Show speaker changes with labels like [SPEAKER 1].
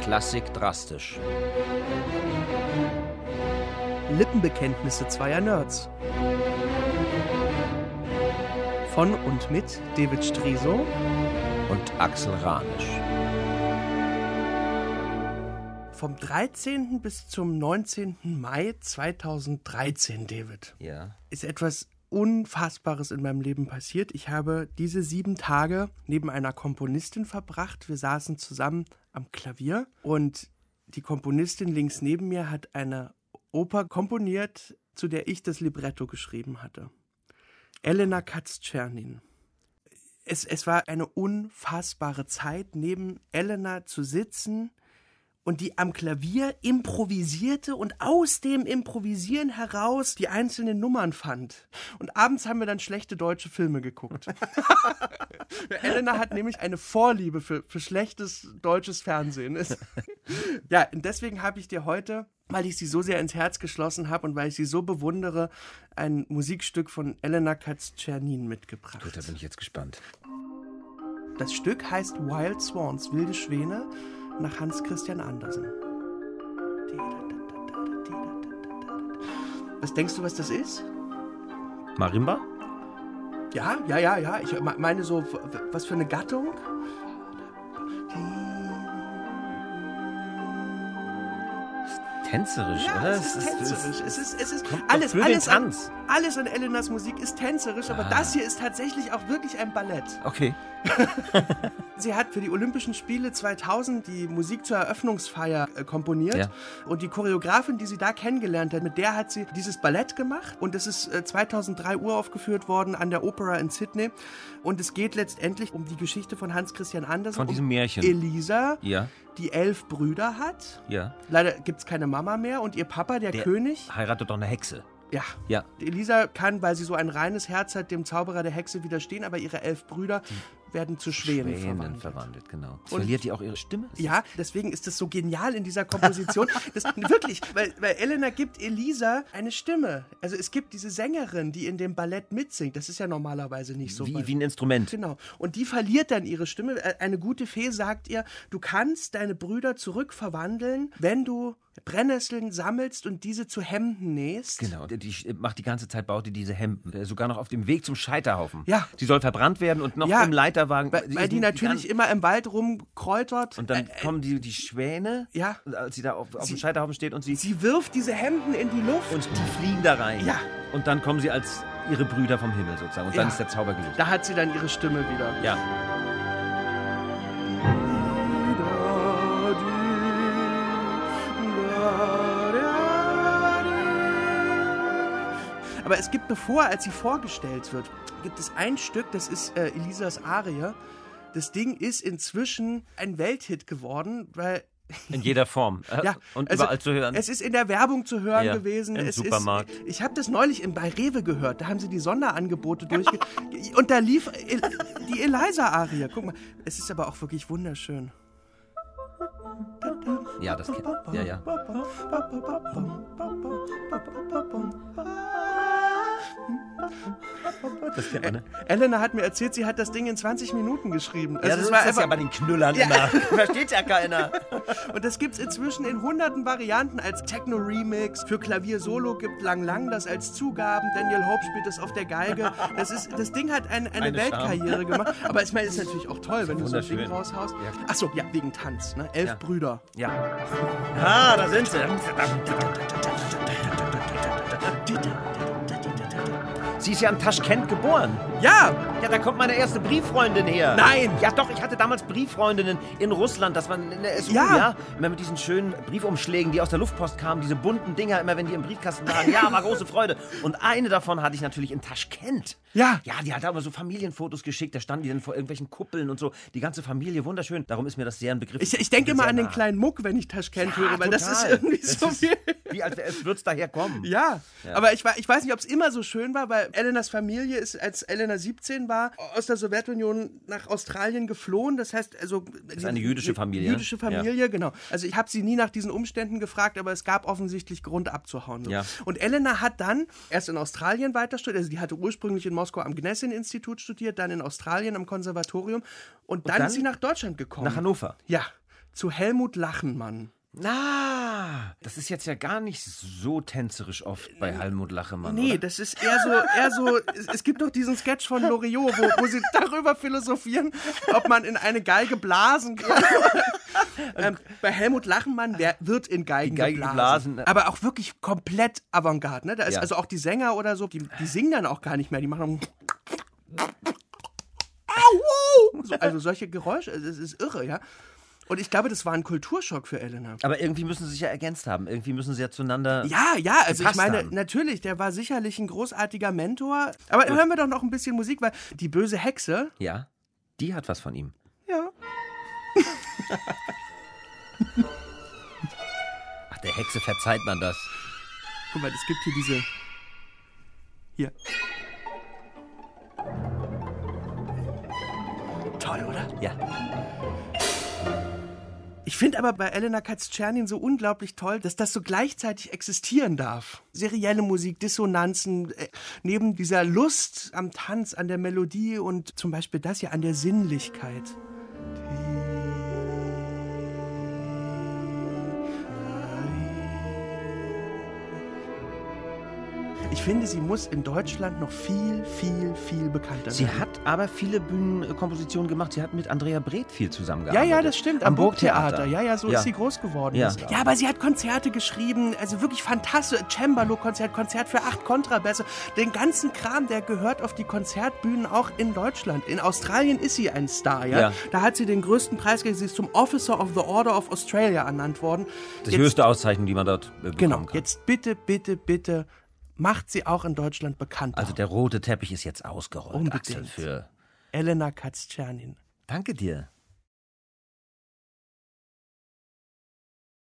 [SPEAKER 1] Klassik drastisch.
[SPEAKER 2] Lippenbekenntnisse zweier Nerds. Von und mit David Striso
[SPEAKER 1] und Axel Ranisch.
[SPEAKER 2] Vom 13. bis zum 19. Mai 2013, David,
[SPEAKER 1] Ja.
[SPEAKER 2] ist etwas Unfassbares in meinem Leben passiert. Ich habe diese sieben Tage neben einer Komponistin verbracht. Wir saßen zusammen am Klavier und die Komponistin links neben mir hat eine Oper komponiert, zu der ich das Libretto geschrieben hatte. Elena Katz-Tschernin. Es, es war eine unfassbare Zeit, neben Elena zu sitzen und die am Klavier improvisierte und aus dem Improvisieren heraus die einzelnen Nummern fand. Und abends haben wir dann schlechte deutsche Filme geguckt. Elena hat nämlich eine Vorliebe für, für schlechtes deutsches Fernsehen. Es- ja, und deswegen habe ich dir heute, weil ich sie so sehr ins Herz geschlossen habe und weil ich sie so bewundere, ein Musikstück von Elena Katz-Czernin mitgebracht.
[SPEAKER 1] Gut, da bin ich jetzt gespannt.
[SPEAKER 2] Das Stück heißt Wild Swans, wilde Schwäne, nach Hans Christian Andersen. Was denkst du, was das ist?
[SPEAKER 1] Marimba?
[SPEAKER 2] Ja, ja, ja, ja. Ich me- meine so, w- was für eine Gattung?
[SPEAKER 1] Tänzerisch,
[SPEAKER 2] Ja,
[SPEAKER 1] oder? Es
[SPEAKER 2] es ist
[SPEAKER 1] ist-
[SPEAKER 2] tänzerisch. Es ist, es ist
[SPEAKER 1] kommt
[SPEAKER 2] alles,
[SPEAKER 1] für den
[SPEAKER 2] alles, an,
[SPEAKER 1] Tanz.
[SPEAKER 2] alles an Elenas Musik ist tänzerisch, aber
[SPEAKER 1] Ah.
[SPEAKER 2] das hier ist tatsächlich auch wirklich ein Ballett.
[SPEAKER 1] Okay.
[SPEAKER 2] Sie hat für die Olympischen Spiele 2000 die Musik zur Eröffnungsfeier äh, komponiert.
[SPEAKER 1] Ja.
[SPEAKER 2] Und die Choreografin, die sie da kennengelernt hat, mit der hat sie dieses Ballett gemacht. Und es ist äh, 2003 uraufgeführt worden an der Opera in Sydney. Und es geht letztendlich um die Geschichte von Hans Christian Andersen.
[SPEAKER 1] Von diesem
[SPEAKER 2] um
[SPEAKER 1] Märchen.
[SPEAKER 2] Elisa,
[SPEAKER 1] Ja,
[SPEAKER 2] die elf Brüder hat.
[SPEAKER 1] ja.
[SPEAKER 2] Leider gibt es keine Mama mehr. Und ihr Papa, der,
[SPEAKER 1] Der-
[SPEAKER 2] König.
[SPEAKER 1] Heiratet doch eine Hexe.
[SPEAKER 2] Ja.
[SPEAKER 1] Ja.
[SPEAKER 2] Elisa kann, weil sie so ein reines Herz hat, dem Zauberer der Hexe widerstehen, aber ihre elf Brüder werden zu Schwänen,
[SPEAKER 1] verwandelt.
[SPEAKER 2] verwandelt.
[SPEAKER 1] genau. Jetzt verliert die auch ihre Stimme? Ist
[SPEAKER 2] Ja, deswegen ist es so genial in dieser Komposition. Das, wirklich, weil, weil Elena gibt Elisa eine Stimme. Also es gibt diese Sängerin, die in dem Ballett mitsingt. Das ist ja normalerweise nicht so.
[SPEAKER 1] das wie,
[SPEAKER 2] weil-
[SPEAKER 1] wie ein Instrument.
[SPEAKER 2] Genau. Und die verliert dann ihre Stimme. Ä- Eine gute Fee sagt ihr, du kannst deine Brüder zurückverwandeln, wenn du Brennnesseln sammelst und diese zu Hemden nähst.
[SPEAKER 1] Genau, die- die macht die ganze Zeit, baut die diese Hemden. äh, Sogar noch auf dem Weg zum Scheiterhaufen.
[SPEAKER 2] Ja.
[SPEAKER 1] Die soll verbrannt werden und noch
[SPEAKER 2] Ja,
[SPEAKER 1] im Leiterwagen.
[SPEAKER 2] Weil, weil die natürlich immer im Wald rumkräutert. Äh,
[SPEAKER 1] Und dann kommen die, die Schwäne,
[SPEAKER 2] Ja.
[SPEAKER 1] als sie da auf, auf dem Scheiterhaufen steht und sie.
[SPEAKER 2] Sie wirft diese Hemden in die Luft.
[SPEAKER 1] Und die fliegen da rein.
[SPEAKER 2] Ja.
[SPEAKER 1] Und dann kommen sie als ihre Brüder vom Himmel sozusagen. Und dann
[SPEAKER 2] Ja.
[SPEAKER 1] ist der Zauber gelöst.
[SPEAKER 2] da hat sie dann ihre Stimme wieder.
[SPEAKER 1] Ja.
[SPEAKER 2] Aber es gibt, bevor, als sie vorgestellt wird, gibt es ein Stück, das ist äh, Elisas Arie. Das Ding ist inzwischen ein Welthit geworden, weil
[SPEAKER 1] In jeder Form. Äh,
[SPEAKER 2] ja,
[SPEAKER 1] Und
[SPEAKER 2] also,
[SPEAKER 1] überall zu hören.
[SPEAKER 2] Es ist in der Werbung zu hören
[SPEAKER 1] Ja,
[SPEAKER 2] gewesen.
[SPEAKER 1] im
[SPEAKER 2] es
[SPEAKER 1] Supermarkt.
[SPEAKER 2] Ist, ich habe das neulich in, bei Rewe gehört. Da haben sie die Sonderangebote durchge... und da lief El die Eliza-Arie. Guck mal, es ist aber auch wirklich wunderschön.
[SPEAKER 1] Ja, das kennt. Ja, ja. Das kennt man, ne?
[SPEAKER 2] Elena hat mir erzählt, sie hat das Ding in 20 Minuten geschrieben. Also
[SPEAKER 1] Ja,
[SPEAKER 2] es
[SPEAKER 1] das,
[SPEAKER 2] war
[SPEAKER 1] ist das ja bei
[SPEAKER 2] einfach-
[SPEAKER 1] den Knüllern immer. Versteht ja keiner.
[SPEAKER 2] Und das gibt's inzwischen in hunderten Varianten als Techno-Remix. Für Klavier Solo gibt Lang Lang das als Zugaben. Daniel Hope spielt das auf der Geige. Das, ist, das Ding hat ein, eine,
[SPEAKER 1] Eine
[SPEAKER 2] Weltkarriere gemacht. Aber ich meine, ist natürlich auch toll, wenn du so ein Ding
[SPEAKER 1] wunderschön.
[SPEAKER 2] raushaust.
[SPEAKER 1] Ja.
[SPEAKER 2] Ach Achso, ja, wegen Tanz. Ne? Elf
[SPEAKER 1] Ja.
[SPEAKER 2] Brüder.
[SPEAKER 1] Ja. Ah, da sind sie. Sie ist ja in Taschkent geboren.
[SPEAKER 2] Ja!
[SPEAKER 1] Ja, da kommt meine erste Brieffreundin her.
[SPEAKER 2] Nein!
[SPEAKER 1] Ja doch, ich hatte damals Brieffreundinnen in Russland, das war in der SU,
[SPEAKER 2] Ja.
[SPEAKER 1] ja. Immer mit diesen schönen Briefumschlägen, die aus der Luftpost kamen, diese bunten Dinger, immer wenn die im Briefkasten waren. Ja, war große Freude. Und eine davon hatte ich natürlich in Taschkent.
[SPEAKER 2] Ja.
[SPEAKER 1] Ja, die hat da immer so Familienfotos geschickt, da standen die dann vor irgendwelchen Kuppeln und so. Die ganze Familie, wunderschön. Darum ist mir das sehr ein Begriff.
[SPEAKER 2] Ich, ich denke immer
[SPEAKER 1] Also Sehr
[SPEAKER 2] an den
[SPEAKER 1] nah.
[SPEAKER 2] kleinen Muck, wenn ich Taschkent höre,
[SPEAKER 1] Ah,
[SPEAKER 2] weil das ist
[SPEAKER 1] total.
[SPEAKER 2] irgendwie
[SPEAKER 1] Das
[SPEAKER 2] so
[SPEAKER 1] ist
[SPEAKER 2] viel.
[SPEAKER 1] Wie als würde es daher kommen.
[SPEAKER 2] Ja, aber ich, wa- ich weiß nicht, ob es immer so schön war, weil Elenas Familie ist, als Elena 17 war, aus der Sowjetunion nach Australien geflohen. Das heißt, also. Das
[SPEAKER 1] ist eine jüdische Familie.
[SPEAKER 2] Jüdische Familie, genau. Also, ich habe sie nie nach diesen Umständen gefragt, aber es gab offensichtlich Grund abzuhauen. So.
[SPEAKER 1] Ja.
[SPEAKER 2] Und Elena hat dann erst in Australien weiter studiert. Also, die hatte ursprünglich in Moskau am Gnessin-Institut studiert, dann in Australien am Konservatorium. Und dann,
[SPEAKER 1] dann
[SPEAKER 2] ist sie nach Deutschland gekommen.
[SPEAKER 1] Nach Hannover.
[SPEAKER 2] ja. zu Helmut Lachenmann.
[SPEAKER 1] Na, das ist jetzt ja gar nicht so tänzerisch oft bei Helmut Lachemann.
[SPEAKER 2] Äh, Nee,
[SPEAKER 1] oder?
[SPEAKER 2] das ist eher so, eher so, es, es gibt doch diesen Sketch von Loriot, wo, wo sie darüber philosophieren, ob man in eine Geige blasen kann. ähm, bei Helmut Lachenmann, der wird in Geigen, äh.
[SPEAKER 1] Geige
[SPEAKER 2] geblasen.
[SPEAKER 1] geblasen, ne?
[SPEAKER 2] Aber auch wirklich komplett Avantgarde, ne? Da ist
[SPEAKER 1] Ja.
[SPEAKER 2] also auch die Sänger oder so, die, die singen dann auch gar nicht mehr, die machen so, also solche Geräusche, es ist- es ist irre, ja. Und ich glaube, das war ein Kulturschock für Elena.
[SPEAKER 1] Aber irgendwie müssen sie sich ja ergänzt haben. Irgendwie müssen sie ja zueinander.
[SPEAKER 2] Ja, ja, also ich
[SPEAKER 1] gepasst
[SPEAKER 2] meine,
[SPEAKER 1] haben.
[SPEAKER 2] natürlich, der war sicherlich ein großartiger Mentor. Aber hören wir doch noch ein bisschen Musik, weil die böse Hexe,
[SPEAKER 1] Ja, die hat was von ihm.
[SPEAKER 2] ja.
[SPEAKER 1] Ach, der Hexe verzeiht man das.
[SPEAKER 2] Guck mal, es gibt hier diese. Hier. Toll, oder?
[SPEAKER 1] Ja.
[SPEAKER 2] Ich finde aber bei Elena Katz-Tschernin so unglaublich toll, dass das so gleichzeitig existieren darf. Serielle Musik, Dissonanzen, äh, neben dieser Lust am Tanz, an der Melodie und zum Beispiel das hier an der Sinnlichkeit. Ich finde, sie muss in Deutschland noch viel, viel, viel bekannter
[SPEAKER 1] Sie
[SPEAKER 2] werden.
[SPEAKER 1] hat aber viele Bühnenkompositionen gemacht. Sie hat mit Andrea Breth viel
[SPEAKER 2] Ja,
[SPEAKER 1] zusammengearbeitet.
[SPEAKER 2] ja, das stimmt. Am, Burgtheater. Ja, ja, so ist sie groß geworden.
[SPEAKER 1] Ja.
[SPEAKER 2] ist. ja, aber sie hat Konzerte geschrieben. Also wirklich fantastisch. Cembalo-Konzert, Konzert für acht Kontrabässe. Den ganzen Kram, der gehört auf die Konzertbühnen auch in Deutschland. In Australien ist sie ein Star, ja.
[SPEAKER 1] Ja.
[SPEAKER 2] Da hat sie den größten Preis gekriegt. Sie ist zum Officer of the Order of Australia ernannt worden.
[SPEAKER 1] Die
[SPEAKER 2] Jetzt-
[SPEAKER 1] höchste Auszeichnung, die man dort äh, bekommen
[SPEAKER 2] Genau.
[SPEAKER 1] kann.
[SPEAKER 2] Jetzt bitte, bitte, bitte macht sie auch in Deutschland bekannt.
[SPEAKER 1] Also der rote Teppich ist jetzt ausgerollt,
[SPEAKER 2] Unbedingt.
[SPEAKER 1] Axel, für...
[SPEAKER 2] Elena Katz-Czernin.
[SPEAKER 1] Danke dir.